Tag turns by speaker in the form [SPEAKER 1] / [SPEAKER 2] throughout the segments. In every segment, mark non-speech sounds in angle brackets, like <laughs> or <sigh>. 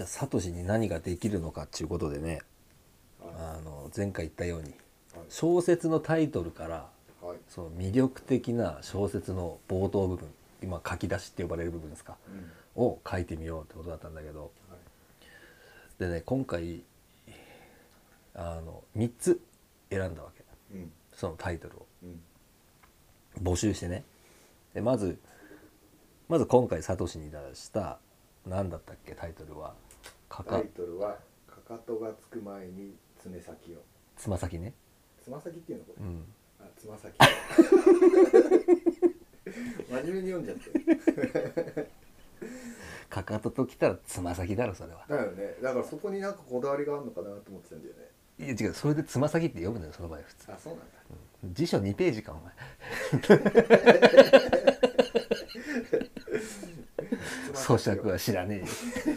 [SPEAKER 1] ゃあサトシに何ができるのかっていうことでね
[SPEAKER 2] は
[SPEAKER 1] あの前回言ったように
[SPEAKER 2] いはい
[SPEAKER 1] 小説のタイトルから
[SPEAKER 2] はい
[SPEAKER 1] その魅力的な小説の冒頭部分今書き出しって呼ばれる部分ですか
[SPEAKER 2] うん
[SPEAKER 1] を書いてみようってことだったんだけど
[SPEAKER 2] はい
[SPEAKER 1] でね今回あの3つ選んだわけ
[SPEAKER 2] うん
[SPEAKER 1] そのタイトルを
[SPEAKER 2] うん
[SPEAKER 1] 募集してねでまずまず今回サトシに出した何だったっけタイトルは「か
[SPEAKER 2] タ
[SPEAKER 1] か
[SPEAKER 2] イトルは「かかとがつく前に爪先を
[SPEAKER 1] つま先ね」
[SPEAKER 2] つま先っていうのこ」れ、
[SPEAKER 1] うん
[SPEAKER 2] あつま先 <laughs> 真面目に読んじゃって
[SPEAKER 1] 「かかと」ときたらつま先だろそれは
[SPEAKER 2] だよねだからそこになんかこだわりがあるのかなと思ってたんだよね
[SPEAKER 1] いや違うそれで「つま先」って読むのよその場合普通
[SPEAKER 2] あそうなんだ
[SPEAKER 1] 辞書2ページかお前
[SPEAKER 2] そ
[SPEAKER 1] 咀
[SPEAKER 2] う <laughs> しゃ
[SPEAKER 1] 嚼
[SPEAKER 2] く
[SPEAKER 1] は知らね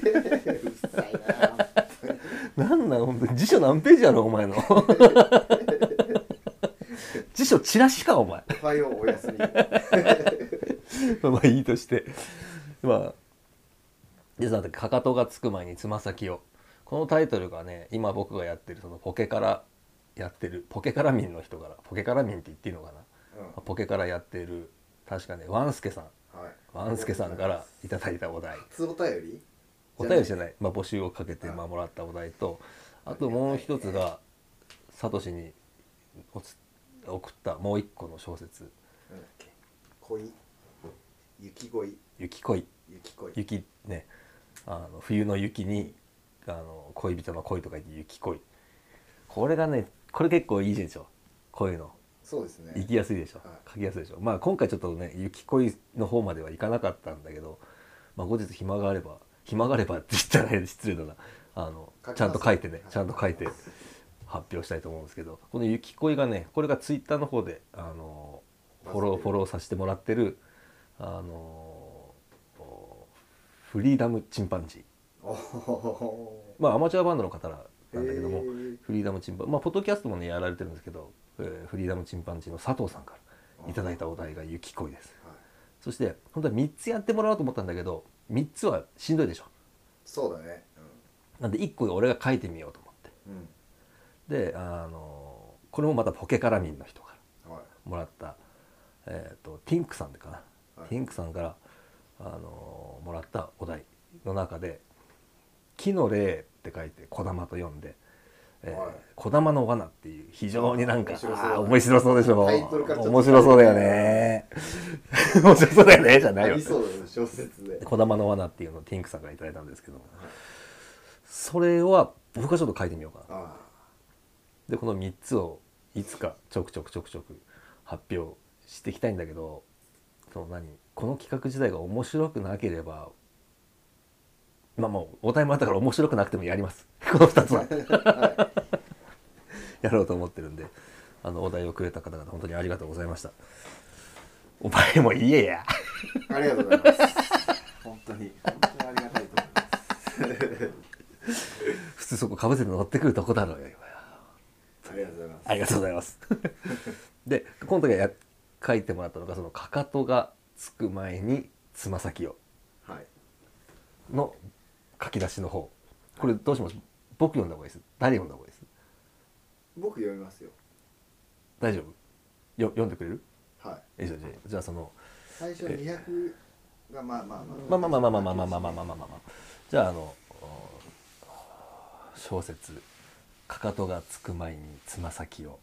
[SPEAKER 1] えよ
[SPEAKER 2] うるさいな
[SPEAKER 1] なんなん本当に辞書何ページやろお前の <laughs> 辞書チラシかお前 <laughs>
[SPEAKER 2] おはようおやすみ
[SPEAKER 1] まあいいとしてまあでさかかとがつく前につま先をこのタイトルがね今僕がやってるそのポケからやってるポケから民の人からポケから民って言っていいのかな
[SPEAKER 2] うん
[SPEAKER 1] ポケからやってる確かねワンスケさん
[SPEAKER 2] はい
[SPEAKER 1] ワンスケさんからいただいたお題
[SPEAKER 2] 初お便り
[SPEAKER 1] お便りじゃ
[SPEAKER 2] ない
[SPEAKER 1] ない、まあ、募集をかけてまあもらったお題とあともう一つがサトシにおつ送ったもう一個の小説
[SPEAKER 2] なんだっけ恋雪恋
[SPEAKER 1] 「雪恋
[SPEAKER 2] 雪」恋
[SPEAKER 1] 雪ねあの冬の雪にあの恋人の恋とか言って「雪恋」これがねこれ結構いいでしょこういうの
[SPEAKER 2] そうですね
[SPEAKER 1] 行きやすいでしょ
[SPEAKER 2] はい
[SPEAKER 1] 書きやすいでしょまあ今回ちょっとね雪恋の方まではいかなかったんだけど、まあ、後日暇があれば暇があれば <laughs> って言ったら失礼だなあの
[SPEAKER 2] 書きます
[SPEAKER 1] ちゃんと書いてね
[SPEAKER 2] はい
[SPEAKER 1] ちゃんと書いて発表したいと思うんですけどこの雪恋がねこれがツイッターの方であのフォローフォローさせてもらってるあのフリーダムチンパンジー
[SPEAKER 2] おお
[SPEAKER 1] まあアマチュアバンドの方なんだけども、
[SPEAKER 2] へー
[SPEAKER 1] フリーダムチンパンまあポッドキャストもねやられてるんですけど、えーフリーダムチンパンジーの佐藤さんからいただいたお題が「雪恋」です
[SPEAKER 2] はい
[SPEAKER 1] そして本当は3つやってもらおうと思ったんだけど3つはしんどいでしょ
[SPEAKER 2] そうだね
[SPEAKER 1] なんで1個俺が書いてみようと思って
[SPEAKER 2] うん
[SPEAKER 1] であのーこれもまたポケカラミンの人から
[SPEAKER 2] うんはい
[SPEAKER 1] もらった、えー、とティンクさんでかな、
[SPEAKER 2] はい
[SPEAKER 1] ティンクさんから、あのーもらったお題の中で「木の霊」って書いて「小玉」と読んで「えー
[SPEAKER 2] はい
[SPEAKER 1] 小玉の罠」っていう非常になんか
[SPEAKER 2] 面白そう
[SPEAKER 1] あー面白そうでしょ
[SPEAKER 2] タイトルからちょっと
[SPEAKER 1] 面白そうだよね面白そうだよねじゃない
[SPEAKER 2] あ
[SPEAKER 1] よ
[SPEAKER 2] りそうだね小説
[SPEAKER 1] <laughs>
[SPEAKER 2] で
[SPEAKER 1] 小玉の罠っていうのをティンクさんからいただいたんですけどもそれは僕はちょっと書いてみようかな
[SPEAKER 2] あ
[SPEAKER 1] でこの3つをいつかちょくちょくちょくちょく発表していきたいんだけどその何この企画自体が面白くなければまあもうお題もあったから面白くなくてもやります <laughs> この2つは <laughs> やろうと思ってるんであのお題をくれた方々本当にありがとうございましたお前も言えや <laughs>
[SPEAKER 2] あありがとうございます本当に本当にありがたいと思います
[SPEAKER 1] 普通そこかぶせて乗ってくるとこだろうよ今
[SPEAKER 2] ありがとうございます
[SPEAKER 1] ありがとうござい
[SPEAKER 2] <laughs>
[SPEAKER 1] ます。で、今度がや書いてもらったのが、そのかかとがつく前につま先を
[SPEAKER 2] はい
[SPEAKER 1] の書き出しの方。これどうします？僕読んだ方がいいです。誰読んだ方がいいです？
[SPEAKER 2] 僕読みますよ
[SPEAKER 1] 大丈夫？よ読んでくれる？
[SPEAKER 2] はい
[SPEAKER 1] えじゃあじゃあじゃあその
[SPEAKER 2] 最初200がまあ
[SPEAKER 1] ま
[SPEAKER 2] まあ
[SPEAKER 1] あ
[SPEAKER 2] ま
[SPEAKER 1] ま
[SPEAKER 2] あ
[SPEAKER 1] あまあまあまあまあまあまあまあまあまあまあ。じゃああの小説かかとがつく前につま先を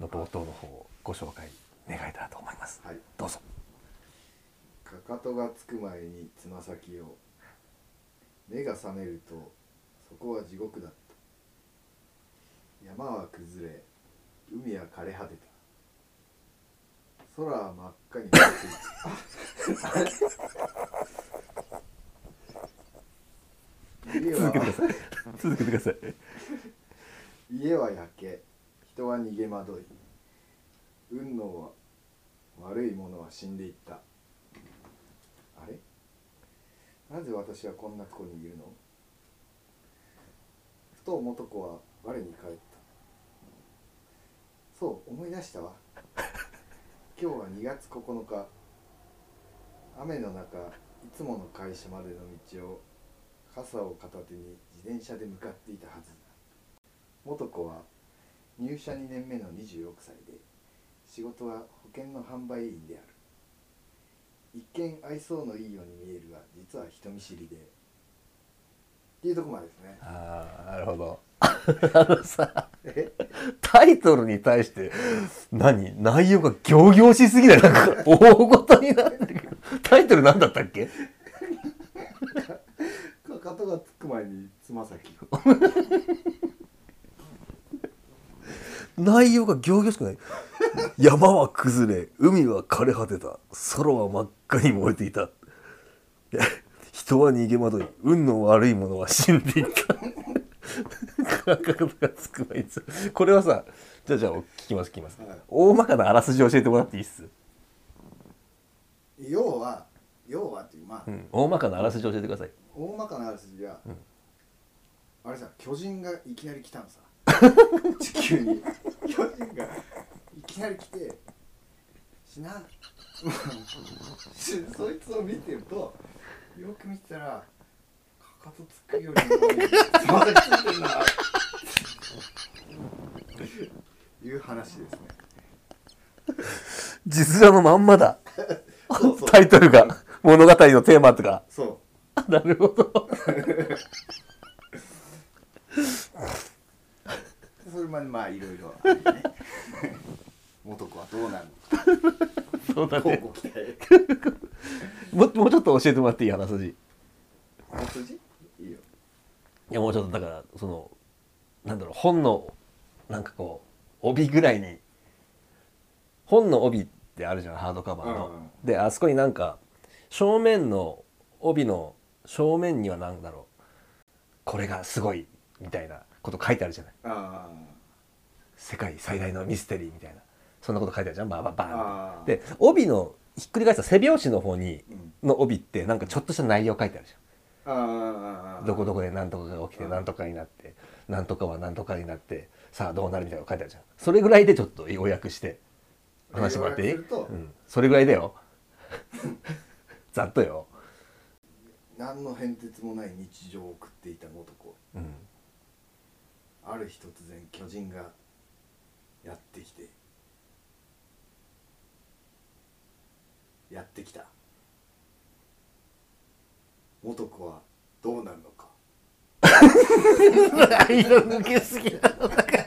[SPEAKER 1] の冒頭の方をご紹介願えたらと思います。
[SPEAKER 2] はい
[SPEAKER 1] どうぞ。
[SPEAKER 2] かかとがつく前につま先を目が覚めるとそこは地獄だった山は崩れ海は枯れ果てた空は真っ赤になっていた家
[SPEAKER 1] 続けて
[SPEAKER 2] は
[SPEAKER 1] ください。続けてください。
[SPEAKER 2] 家は焼け人は逃げ惑い運のは悪い者は死んでいったあれなぜ私はこんなとこにいるのふと元子は我に返ったそう思い出したわ今日は2月9日雨の中いつもの会社までの道を傘を片手に自転車で向かっていたはず元子は入社2年目の26歳で仕事は保険の販売員である一見愛想のいいように見えるが実は人見知りでっていうとこまでですね
[SPEAKER 1] ああなるほどあのさタイトルに対して何内容が仰々しすぎないなんか大ごとになってるけどタイトル何だったっけ
[SPEAKER 2] かかとがつく前につま先
[SPEAKER 1] 内容が仰々しくない山は崩れ海は枯れ果てた空は真っ赤に燃えていた人は逃げ惑い運の悪い者は死んでいった感覚がつくまいつこれはさじゃあじゃあ聞きます聞きます、
[SPEAKER 2] はい
[SPEAKER 1] 大まかなあらすじ教えてもらっていいっす、
[SPEAKER 2] <laughs> 要は要はっていうまあ、
[SPEAKER 1] うん、大まかなあらすじ教えてください
[SPEAKER 2] 大まかなあらすじは、あれさ巨人がいきなり来た <laughs> のさ地球に巨人がいきなり来てしなし <laughs> そいつを見てるとよく見てたらかかとつくよりもつま先ついてるないう話ですね
[SPEAKER 1] 実話のまんまだ
[SPEAKER 2] そうそう
[SPEAKER 1] タイトルが物語のテーマとか
[SPEAKER 2] そ
[SPEAKER 1] <laughs>
[SPEAKER 2] う
[SPEAKER 1] なるほど
[SPEAKER 2] それまでまあいろいろある
[SPEAKER 1] <laughs>
[SPEAKER 2] ね元子はどうなるのか
[SPEAKER 1] そうだ
[SPEAKER 2] 乞う
[SPEAKER 1] ね
[SPEAKER 2] ご期待
[SPEAKER 1] ももうちょっと教えてもらっていいあらすじ
[SPEAKER 2] あらすじいいよ
[SPEAKER 1] いやもうちょっとだからそのなんだろう本のなんかこう帯ぐらいに本の帯ってあるじゃんハードカバーの。
[SPEAKER 2] うんうん
[SPEAKER 1] であそこになんか正面の帯の正面には何だろうこれがすごいみたいなこと書いてあるじゃない
[SPEAKER 2] あ
[SPEAKER 1] 世界最大のミステリーみたいなそんなこと書いてあるじゃんバーバーバーン
[SPEAKER 2] あ
[SPEAKER 1] って。で帯のひっくり返した背表紙の方に
[SPEAKER 2] ーうん
[SPEAKER 1] の帯ってなんかちょっとした内容書いてあるじゃん。
[SPEAKER 2] あーあー
[SPEAKER 1] どこどこで何とかが起きて
[SPEAKER 2] うん
[SPEAKER 1] 何とかになって何とかは何とかになってさあどうなるみたいなの書いてあるじゃんそれぐらいでちょっと要約して話してもらっていい、
[SPEAKER 2] 要約すると
[SPEAKER 1] うん、それぐらいだよ <laughs> ざっとよ、
[SPEAKER 2] 何の変哲もない日常を送っていた元子
[SPEAKER 1] うん、
[SPEAKER 2] ある日突然巨人がやってきてやってきた元子はどうなるのか
[SPEAKER 1] 色抜けすぎだろだから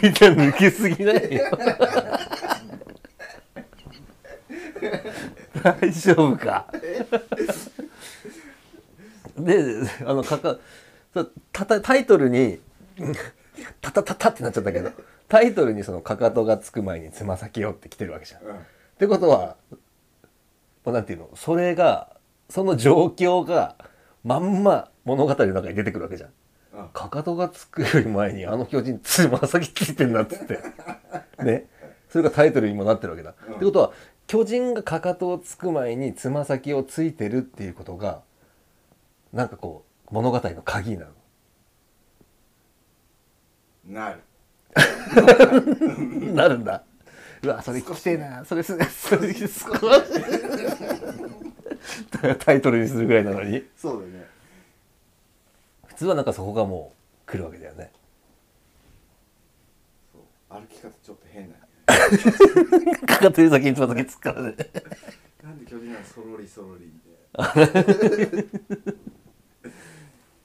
[SPEAKER 1] 間抜けすぎないよ大丈夫かであのかかそうたたタイトルに「たたたた」ってなっちゃったけどタイトルにそのかかとがつく前につま先をって来てるわけじゃん。ってことは、まあ、なんていうのそれがその状況がまんま物語の中に出てくるわけじゃん。
[SPEAKER 2] うん
[SPEAKER 1] かかとがつくより前にあの巨人つま先ついてんなっつって <laughs> ねそれがタイトルにもなってるわけだ。
[SPEAKER 2] うん
[SPEAKER 1] ってことは巨人がかかとをつく前につま先をついてるっていうことがなんかこう物語の鍵なの。
[SPEAKER 2] なる
[SPEAKER 1] なるんだ。うわ、それ聞きてえな。それす、それ少し。
[SPEAKER 2] <laughs>
[SPEAKER 1] タイトルにするぐらいなのに。
[SPEAKER 2] そうだね
[SPEAKER 1] 普通はなんかそこがもう来るわけだよね。 <laughs>
[SPEAKER 2] そう歩き方ちょっと変なんだよね
[SPEAKER 1] かかとり先につま先つくからね。
[SPEAKER 2] なんで巨人はそろりそろりみたいな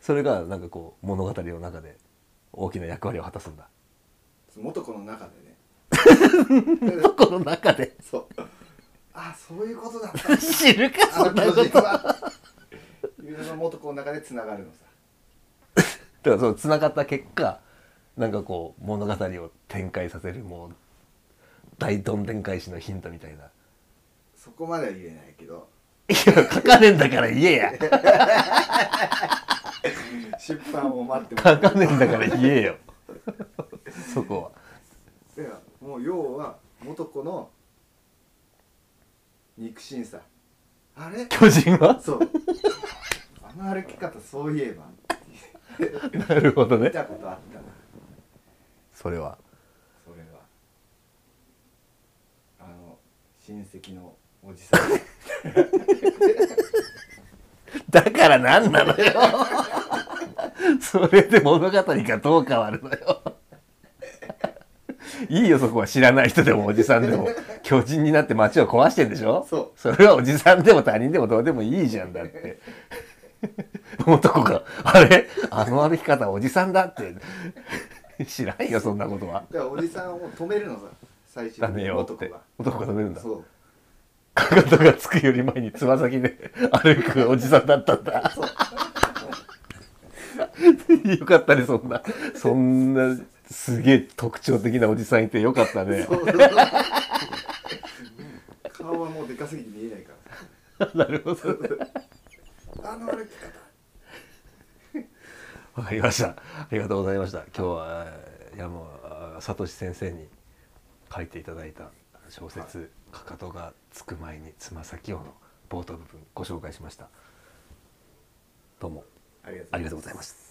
[SPEAKER 1] それがなんかこう物語の中で大きな役割を果たすん <laughs> だ。
[SPEAKER 2] 元子の中でね
[SPEAKER 1] <laughs> どこの中で
[SPEAKER 2] そうあそういうことだっ
[SPEAKER 1] <laughs>
[SPEAKER 2] た
[SPEAKER 1] 知るか、
[SPEAKER 2] あ
[SPEAKER 1] そ
[SPEAKER 2] の
[SPEAKER 1] んなこと。
[SPEAKER 2] 巨
[SPEAKER 1] だか
[SPEAKER 2] 人は友情の元子の中でつながるのさ
[SPEAKER 1] らその繋がった結果、なんかこう物語を展開させるもう大どんでん返しのヒントみたいな。
[SPEAKER 2] そこまでは言えないけど
[SPEAKER 1] いや、書かねえんだから言えや。
[SPEAKER 2] 出版を待ってもら
[SPEAKER 1] 書
[SPEAKER 2] って
[SPEAKER 1] かねえんだから言えよそこ
[SPEAKER 2] いやもう要は元子の憎しみさあれ
[SPEAKER 1] は巨人は <laughs>
[SPEAKER 2] そうあの歩き方そういえば
[SPEAKER 1] なるほど
[SPEAKER 2] 見
[SPEAKER 1] ね
[SPEAKER 2] たことあったな
[SPEAKER 1] それは
[SPEAKER 2] それはあの親戚のおじさん
[SPEAKER 1] だから何なのよそれで物語がどう変わるのよいいよそこは知らない人でもおじさんでも巨人になって街を壊してんでしょ
[SPEAKER 2] そう
[SPEAKER 1] それはおじさんでも他人でもどうでもいいじゃんだって男が「あれあの歩き方はおじさんだ」って知らんよそんなことは
[SPEAKER 2] だから <laughs> おじさんを止めるのさ最終
[SPEAKER 1] ダ
[SPEAKER 2] 的
[SPEAKER 1] メ
[SPEAKER 2] に
[SPEAKER 1] よっ
[SPEAKER 2] 男
[SPEAKER 1] て
[SPEAKER 2] が
[SPEAKER 1] 男が止めるんだ
[SPEAKER 2] そう
[SPEAKER 1] かかとがつくより前につま先で歩くおじさんだったんだ。よかったね、そんな。そんな、すげえ特徴的なおじさんいてよかったね
[SPEAKER 2] そ。う <laughs> 顔はもうでかすぎて見えないか
[SPEAKER 1] なるほど。
[SPEAKER 2] <laughs> らあの歩き方
[SPEAKER 1] わかりました。ありがとうございました。今日は、えー山さとし先生に書いていただいた小説、かかとがつく前につま先をの冒頭部分ご紹介しました。どうも
[SPEAKER 2] ありがとうございます
[SPEAKER 1] ありがとうございました。